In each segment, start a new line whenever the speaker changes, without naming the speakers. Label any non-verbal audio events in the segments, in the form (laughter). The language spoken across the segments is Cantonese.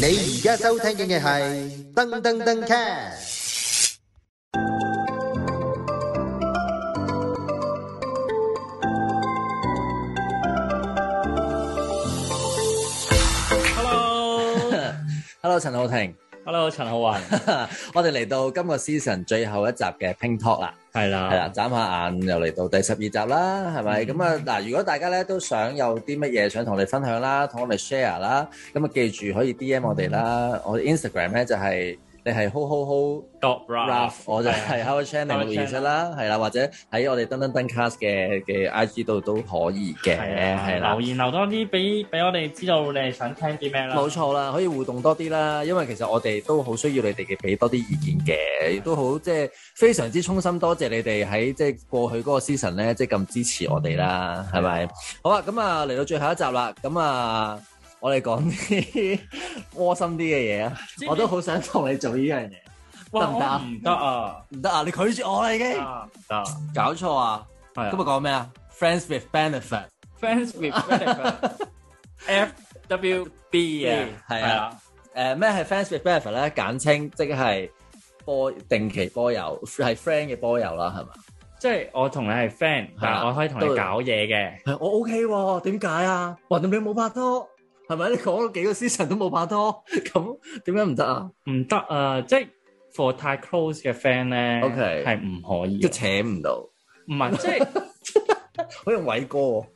你而家收聽嘅係噔噔噔 cast。
Hello，陳浩庭，
Hello，陳浩雲，
(laughs) 我哋嚟到今個 season 最後一集嘅 Ping Talk 啦，
係
係啦，
啦，
眨下眼又嚟到第十二集啦，係咪？
嗯
咁啊嗱，如果大家咧都想有啲乜嘢想同我哋分享啦，同我哋 share 啦，咁啊記住可以 DM 我哋啦，我哋 Instagram 咧就係、你係 ho ho ho
，Dog
Ralph，
Ralph，
我就係啊 (laughs) Howard Channel
Howard
六二七
Chan
啦，係啦，或者喺我哋登登登 cast 嘅嘅 IG 度都可以嘅，係啊
係啊
啦
啦，留。言留多啲俾俾我哋知道你哋想聽啲咩啦。
冇，錯啦，可以互動多啲啦，因為其實我哋都好需要你哋嘅俾多啲意見嘅，亦都好即係非常之衷心多謝你哋喺即係過去嗰個 season 咧，即係咁支持我哋啦，係咪？好啊，咁啊嚟到最後一集啦，咁啊我哋講啲窩心啲嘅嘢啊，我都好想同你做呢樣嘢，
哇
得唔得啊
我唔得啊，
唔得啊！你拒絕我啦已經，
啊唔得，
搞錯啊！
係
今日講咩啊？Friends with benefit
friends with
(laughs)
F W B 啊，
係
係
啊
啊，
誒咩係 friends with benefit 咧？簡稱即係波定期波友係 friend 嘅波友啦，係咪？
即係我同你係 friend，但係我可以同你
啊都
搞嘢嘅，
係我 OK 喎，點解啊？話你冇拍拖，係咪？你講咗幾個 season 都冇拍拖，咁點解唔得啊？
唔得啊，即係 for 太 close 嘅 friend 咧
OK
係唔可以
即
嘅，
扯唔到，
唔係即係
好似偉哥喎。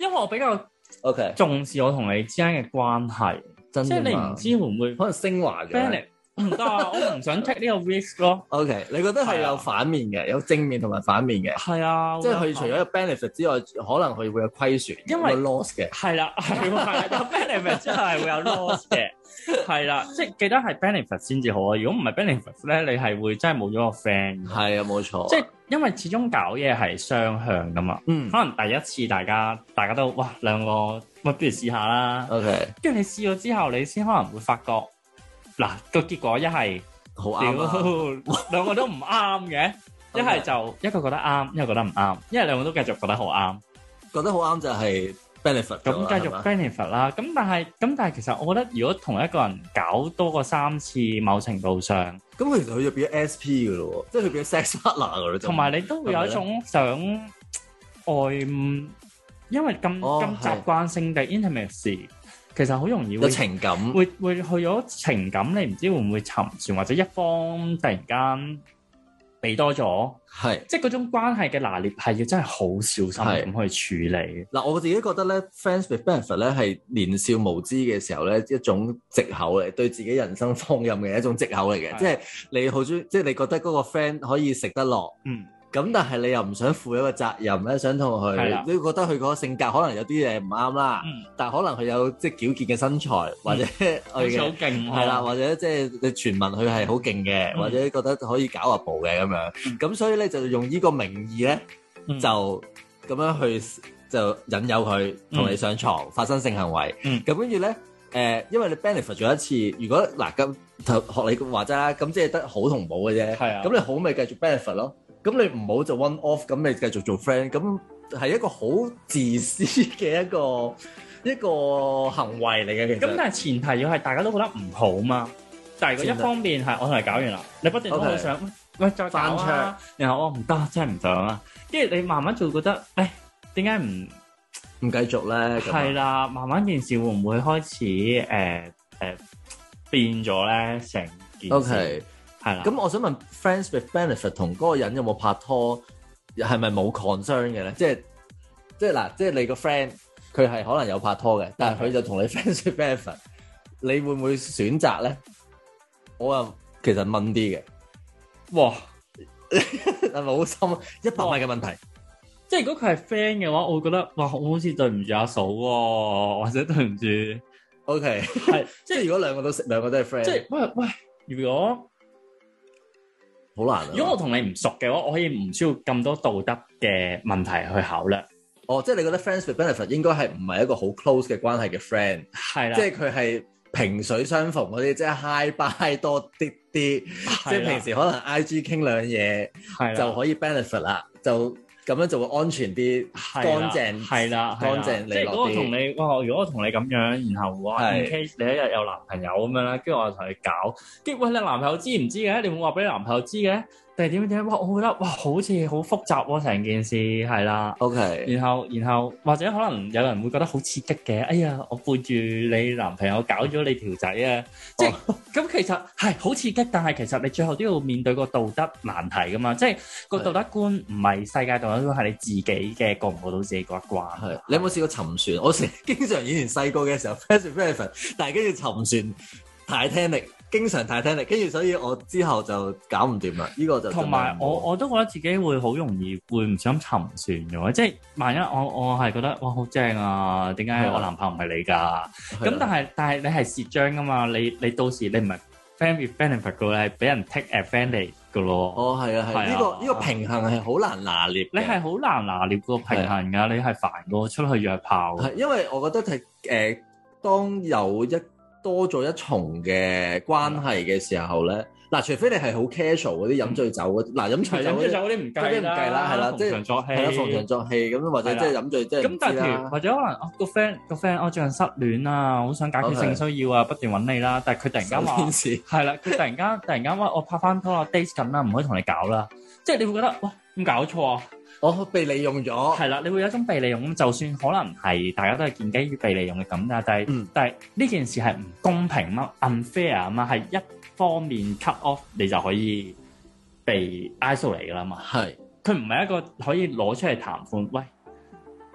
因為我比較
OK，
重視我同你之間嘅關係，
真
即係
㗎
你
嘛
唔知會唔會。
可能升華
f r i e
咗。
n 唔得啊，我唔想 take 呢個 risk 咯。
OK，你覺得係有反面嘅，有正面同埋反面嘅，
係啊，
即係佢除咗有 benefit 之外，可能佢會有虧損，
因為
有 loss 嘅。
係啦，係喎係啦，有 benefit 之後係會有 loss 嘅，係啦，即係記得係 benefit 先至好啊。如果唔係 benefit 咧，你係會真係冇咗個 friend。
係啊，冇錯。
即係因為始終搞嘢係雙向噶嘛，
嗯
可能第一次大家大家都哇兩個，喂不如試下啦，
，OK，
跟住你試咗之後，你先可能會發覺嗱個結果一係
好
屌
啱啊。
兩個都唔啱嘅，一係就一個覺得啱，一個覺得唔啱，因為兩個都繼續覺得好啱。
覺得好啱就係 benefit 咗
咁
啦。
繼
係
續
嘛
benefit 啦。咁但係咁但係其實我覺得，如果同一個人搞多過三次，某程度上，
咁佢其實佢就變咗 SP 嘅咯喎，即係佢變咗 sex partner 嘅咯。
同埋你都會有一種想外，因為咁
哦
咁
係
習慣性地 intimacy，其實好容易
有
會
情感。
會會去咗情感，你唔知會唔會沉船，或者一方突然間俾多咗，
係
即係嗰種關係嘅拿捏係要真係好小
係
心咁去處理。
嗱，我自己覺得咧，friends with benefit 咧係年少無知嘅時候咧一種藉口嚟，對自己人生放任嘅一種藉口嚟嘅，
係
即係你好中意，即係你覺得嗰個 friend 可以食得落，
嗯，
咁但係你又唔想負一個責任咧，想同
係
佢，
啦
你覺得佢嗰個性格可能有啲嘢唔啱啦，
嗯嗯
但係可能佢有即係矯健嘅身材或者
好
(laughs) 佢
似好
嘅。
勁喎
係啦，，或者即係你傳聞佢係好勁嘅，
嗯
或者覺得可以搞下步嘅咁樣，
嗯
咁所以咧就用呢個名義咧。
嗯
就咁樣去就引誘佢同你上床，發生性行為。
嗯
咁跟住咧，誒、因為你 benefit 咗一次，如果嗱咁頭學你話齋啦，咁即係得好同冇嘅啫。
係啊
咁你好咪繼續 benefit 咯。咁你唔好就 one off，咁你繼續做 friend，咁係一個好自私嘅一個一個行為嚟嘅。其
咁
實
但係前提要係大家都覺得唔好嘛。但係如果一方面係我同你搞完啦，你不斷都
OK
好想喂再搞
翻
啊，然後我唔得，真係唔想啊。跟住你慢慢就會覺得，誒點解唔
唔繼續咧，咁
係
啊
啦？慢慢件事會唔會開始誒誒變咗咧？成件事啊
OK。
係啦。
咁我想問 friends with benefit 同嗰個人有冇拍拖，係咪冇 concern 嘅咧？即係即係嗱，即係你個 friend 佢係可能有拍拖嘅，但係佢就同你 (laughs) friends with benefit，你會唔會選擇咧？我啊其實問啲嘅，
哇！
係咪好深啊？一百米嘅問題，
即係如果佢係 friend 嘅話，我會覺得哇，我好似對唔住阿嫂喎，或者對唔住
OK， (laughs)
係
即係如果兩個都識，兩個都係 friend，
即
即係
係喂喂，如果
好難啊。
如果我同你唔熟嘅話，我可以唔需要咁多道德嘅問題去考量。
哦，即係你覺得 friends with benefit 應該係唔係一個好 close 嘅關係嘅 friend，
係啦，
即係佢係萍水相逢嗰啲，即係 high bye 多啲啲。即係平時可能 I G 傾兩嘢
係啦
就可以 benefit 啦，就咁樣就會安全啲、
係啦
乾淨
係啦，係啦
乾淨利
即係
落
如果我
啲
同你，哇！如果我同你咁樣，然後哇，in
係
case 你一日有男朋友咁樣啦，跟住我就同你搞，跟住喂你男朋友知唔知嘅？你會話俾你男朋友知嘅？定係點點？哇！我覺得哇，好似好複雜喎、成件事係啦。
OK，
然後然後或者可能有人會覺得好刺激嘅，哎呀，我背住你男朋友搞咗你條仔啊！即係
哦
咁、其實係好刺激，但係其實你最後都要面對個道德難題噶嘛，即係個
係
道德觀唔係世界道德觀，係你自己嘅過唔過到自己嗰一關。
係你有冇試過沉船？我成經常以前細個嘅時候 (laughs) p a s s i v e 但係跟住沉船 Titanic，經常 Titanic，跟住所以我之後就搞唔掂啦。呢、個就
同埋我我都覺得自己會好容易會唔想沉船嘅喎，即係萬一我我係覺得哇好正啊，點解
係啊
我男朋友唔係你㗎？咁
咁
但係但係你係蝕章噶嘛？你你到時你唔係 friend with benefit 噶，你係俾人 take advantage 噶咯。
哦係啊
係啊
係，呢個呢個平衡係好難拿捏嘅。
你係好難拿捏個平衡㗎，你係煩過出去約炮。
係，因為我覺得係誒、呃，當有一多咗一重嘅關係嘅時候咧，嗱，除非你係好 casual
嗯
嗰啲飲醉酒嗰啲，嗱飲醉酒嗰
嗰
啲
啲唔
嗰啲唔計啦係啦即係
逢場作戲
係啦，逢場作戲咁，或者即係飲醉即係唔
咁但
知
係譬如
啦。
或者可能哦個 friend 個 friend 我最近失戀啊，好想解決
OK
性需要啊，不斷揾你啦，但係佢突然間
(laughs)
話
天。使
係啦，佢突然間突然間話我拍翻拖啦，date 緊啦，唔可以同你搞啦，即係你會覺得哇，咁搞錯啊！
我哦被利用咗，
係啦，你會有一種被利用咁，就算可能係大家都係建基於被利用嘅咁㗎，但係、
嗯
但係呢件事係唔公平嘛，unfair 啊嘛，係一方面 cut off 你就可以被 isolate 㗎啦嘛，
係
佢唔係一個可以攞出嚟談判，喂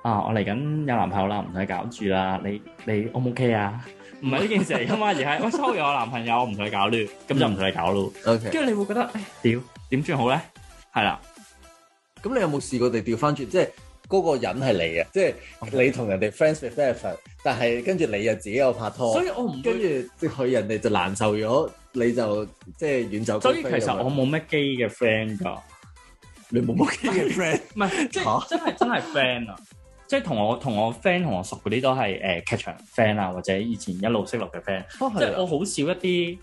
啊，我嚟緊有男朋友啦，唔使搞住啦，你你 O 唔 OK 啊？唔係呢件事嚟㗎嘛，而係我 sorry 我男朋友，我唔同你搞亂，咁就唔同你搞咯，
OK。
跟住你會覺得，唉屌點算好咧？係啦，
咁你有冇試過地調翻轉，即係嗰個人係你嘅，即係
哦
你同人哋 friends with benefit，但係跟住你又自己有拍拖
所，以我唔會
跟住即係佢人哋就難受咗，你就即係遠走高
所
飛
以
咁樣。
其實我冇乜基嘅 friend
(laughs)
㗎，
你冇乜嘅 friend。
唔係即係真係真係 friend 啊！即係同我同我 friend 同我熟嗰啲都係誒、呃、劇場 friend 啊，或者以前一路識落嘅 friend，
哦，
(laughs) 即係我好少一啲誒、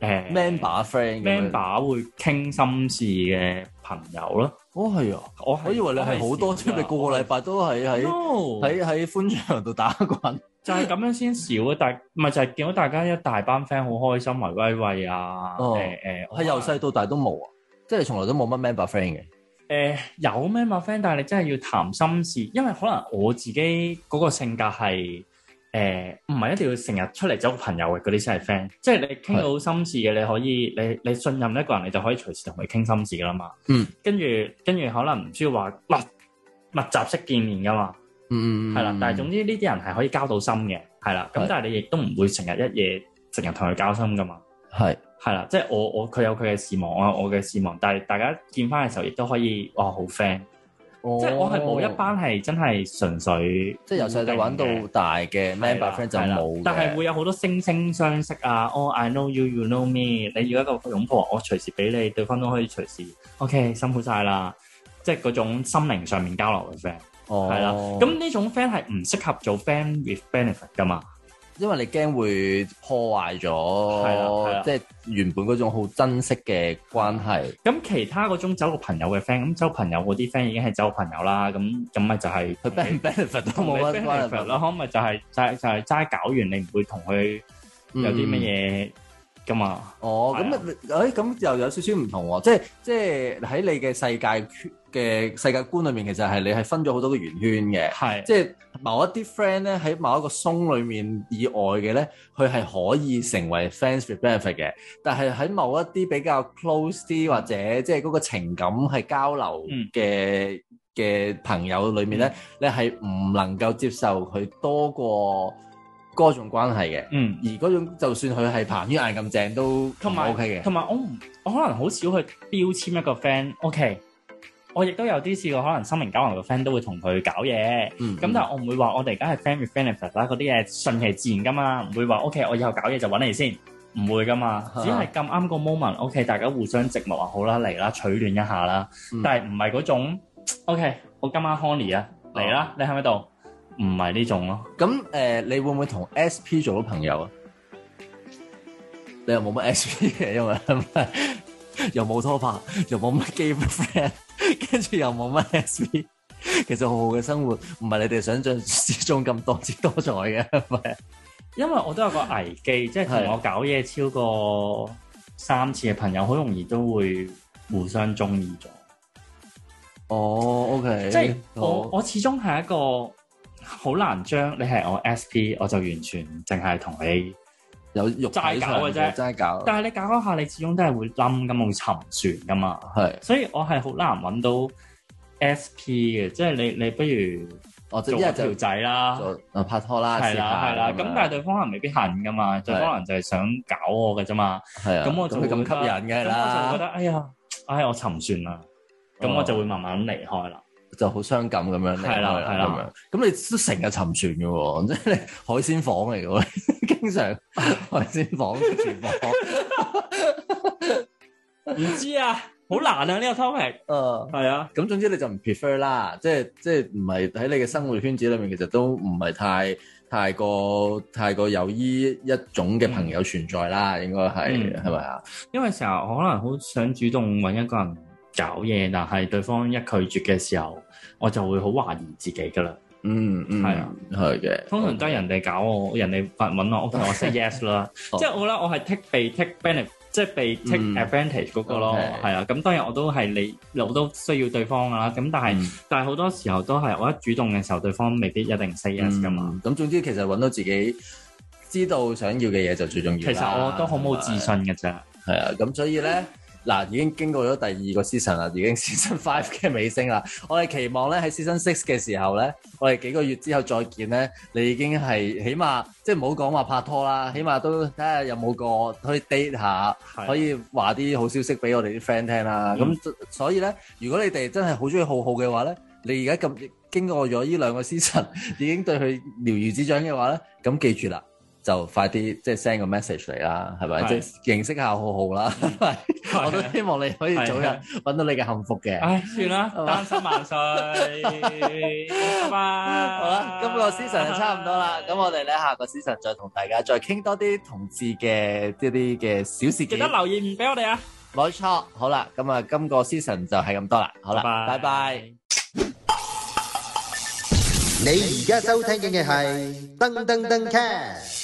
呃
member friend 咁樣
member 會傾心事嘅朋友咯。
哦係啊，
我係
我以為你係好多，即係你個個禮拜都係
啊
喺
no
喺喺歡場度打滾。
就係咁樣先少啊！但唔係就係見到大家一大班 friend 好開心，圍威喂啊！
哦
誒誒，
係由細到大都冇啊，即係你從來都冇乜 member friend 嘅。
誒、呃有咩嘛 friend，但係你真係要談心事，因為可能我自己嗰個性格係誒唔係一定要成日出嚟走朋友嘅嗰啲先係 friend，即係你傾到心事嘅，你可以你你信任一個人，你就可以隨時同佢傾心事噶啦嘛。
嗯，
跟住跟住可能唔需要話密密集式見面噶嘛，
嗯
係啦、但係總之呢啲人係可以交到心嘅，係啦。咁
係
但係你亦都唔會成日一夜成日同佢交心噶嘛。
係
係啦，即係我我佢有佢嘅事忙，我有我嘅事忙，但係大家見翻嘅時候，亦都可以哇好 friend。即係我係冇一，班係真係純粹，
哦即係由細到玩到大嘅
係
member
啦
friend 就
係啦
冇嘅。
但係會有好多惺惺相惜啊！Oh I know you, you know me。你要一個擁抱，我隨時俾你，對方都可以隨時。OK，辛苦晒啦！即係嗰種心靈上面交流嘅 friend，
哦
係啦。咁呢種 friend 係唔適合做 friend with benefit 噶嘛？
因為你驚會破壞
係啦係啦
咗，即係原本嗰種好珍惜嘅關係。
咁其他嗰種走個朋友嘅 friend，咁走朋友嗰啲 friend 已經係走朋友啦。咁咁咪就係
佢 ben- benefit 都
同你
冇乜
benefit
關
啦，
係。
可咪就係就係就係齋搞完，你唔會同佢有啲乜嘢噶嘛？
哦，
係
咁
啊
啊，誒咁又有少少唔同喎，即係即係喺你嘅世界圈嘅世界觀裏面，其實係你係分咗好多個圓圈嘅，
係
即係某一啲 friend 咧喺某一個鬆裏面以外嘅咧，佢係可以成為 fans with benefit 嘅，但係喺某一啲比較 close 啲或者即係嗰個情感係交流
嗯
嘅嘅、朋友裏面咧，你係唔能夠接受佢多過嗰種關係嘅。
嗯，
而嗰種就算佢係彭于晏咁正都
同埋
OK 嘅，
同埋我唔，我可能好少去標籤一個 friend，OK，、我亦都有啲試過，可能心靈交流嘅 friend 都會同佢搞嘢，咁、
嗯
但係我唔會話我哋而家係 friend with benefit 啦，嗰啲嘢順其自然噶嘛，唔會話 OK，我以後搞嘢就揾你先，唔會噶嘛，只係咁啱個 moment，OK，、大家互相寂寞啊，好啦，嚟啦，取暖一下啦，
嗯
但係唔係嗰種 OK，我今晚 honey 啊，嚟啦，你喺咪度？唔係呢種咯，
咁誒、呃你會唔會同 SP 做到朋友啊？你又 (laughs) 冇乜 SP 嘅，因為又冇拖拍，又冇乜 gay (laughs) friend，跟住又冇乜 S V，其實好好嘅生活，唔係你哋想象之中咁多姿多彩嘅，係咪？
因為我都有個危機，即係
係
同我搞嘢超過三次嘅朋友，好容易都會互相中意咗。
哦，OK，
即係我
好
我始終係一個好難將你係我 SP，我就完全淨係同你。
有肉體
齋搞
上
嘅啫
齋搞，
但係你搞嗰下，你始終都係會冧咁，會沉船噶嘛。
係
所以我係好難揾到 SP 嘅，即係你你不如
我即係
做
一係
一
就
條仔啦。
就啊拍拖啦，
係
試下
啦，係啦，
樣
咁但係對方可能未必恨噶嘛，對方可能就係想搞我嘅啫嘛。
係啊，
咁我就
你咁
會覺得
吸引嘅
咁我就覺
啦，
得哎呀，唉，我沉船啦，咁我就會慢慢離開啦。
就好傷感咁樣嚟
係啦
開
係啦
咁樣。咁你都成日沉船嘅喎，即係你海鮮房嚟嘅喎， (laughs)
(laughs)
經常海鮮房、廚房，
(laughs) 唔知啊，好難啊呢個 (laughs) topic。
誒。
係啊，
咁總之你就唔 prefer 啦，即係即係唔係喺你嘅生活圈子裏面，其實都唔係太太過太過有依一種嘅朋友存在啦，應該係
嗯
係咪啊？
因為成日我可能好想主動揾一個人搞嘢，但係對方一拒絕嘅時候，我就會好懷疑自己噶啦。
嗯嗯，
係啊，
係嘅。
通常都係人哋搞我，人哋發揾我，OK，我
(laughs)
say yes 啦。
哦
即係我咧，我係 take 被 take benefit，即係被 take
嗯
advantage 嗰個咯
OK，
係啊。咁當然我都係你，我都需要對方噶啦。咁但係
嗯
但係好多時候都係我一主動嘅時候，對方未必一定 say yes 啊噶嘛。
嗯咁總之其實揾到自己知道想要嘅嘢就最重要
其
啦。
實我都好冇自信嘅啫，
係啊，咁所以咧。嗱，已經經過咗第二個 season 啦，已經 (laughs) season five 嘅尾聲啦。我哋期望咧喺 season six 嘅時候咧，我哋幾個月之後再見咧，你已經係起碼即係唔好講話拍拖啦，起碼都睇下有冇個可以 date 下，可
可以
以話啲好消息俾我哋啲 friend 聽啦。咁、所以咧，如果你哋真係好中意浩浩嘅話咧，你而家咁經過咗呢兩個 season，已 (laughs) 經對佢了如指掌嘅話咧，咁記住啦。就快啲即係 send 個 message 嚟啦，係嗯咪？
係
即係認識下浩浩啦，係咪 (laughs) 我都希望你可以早日
係
揾到你嘅幸福嘅。
唉，算啦，
啊係嘛啊
單身萬歲，拜拜。
(laughs) 好啦，今個 season 就差唔多啦，咁我哋咧下個 season 再同大家再傾多啲同志嘅一啲嘅小事
記
件
得。留言唔俾我哋啊，
冇錯，好啦，咁啊，今個 season 就係咁多啦，好啦，拜拜。。
你而家收聽嘅係噔噔噔 c a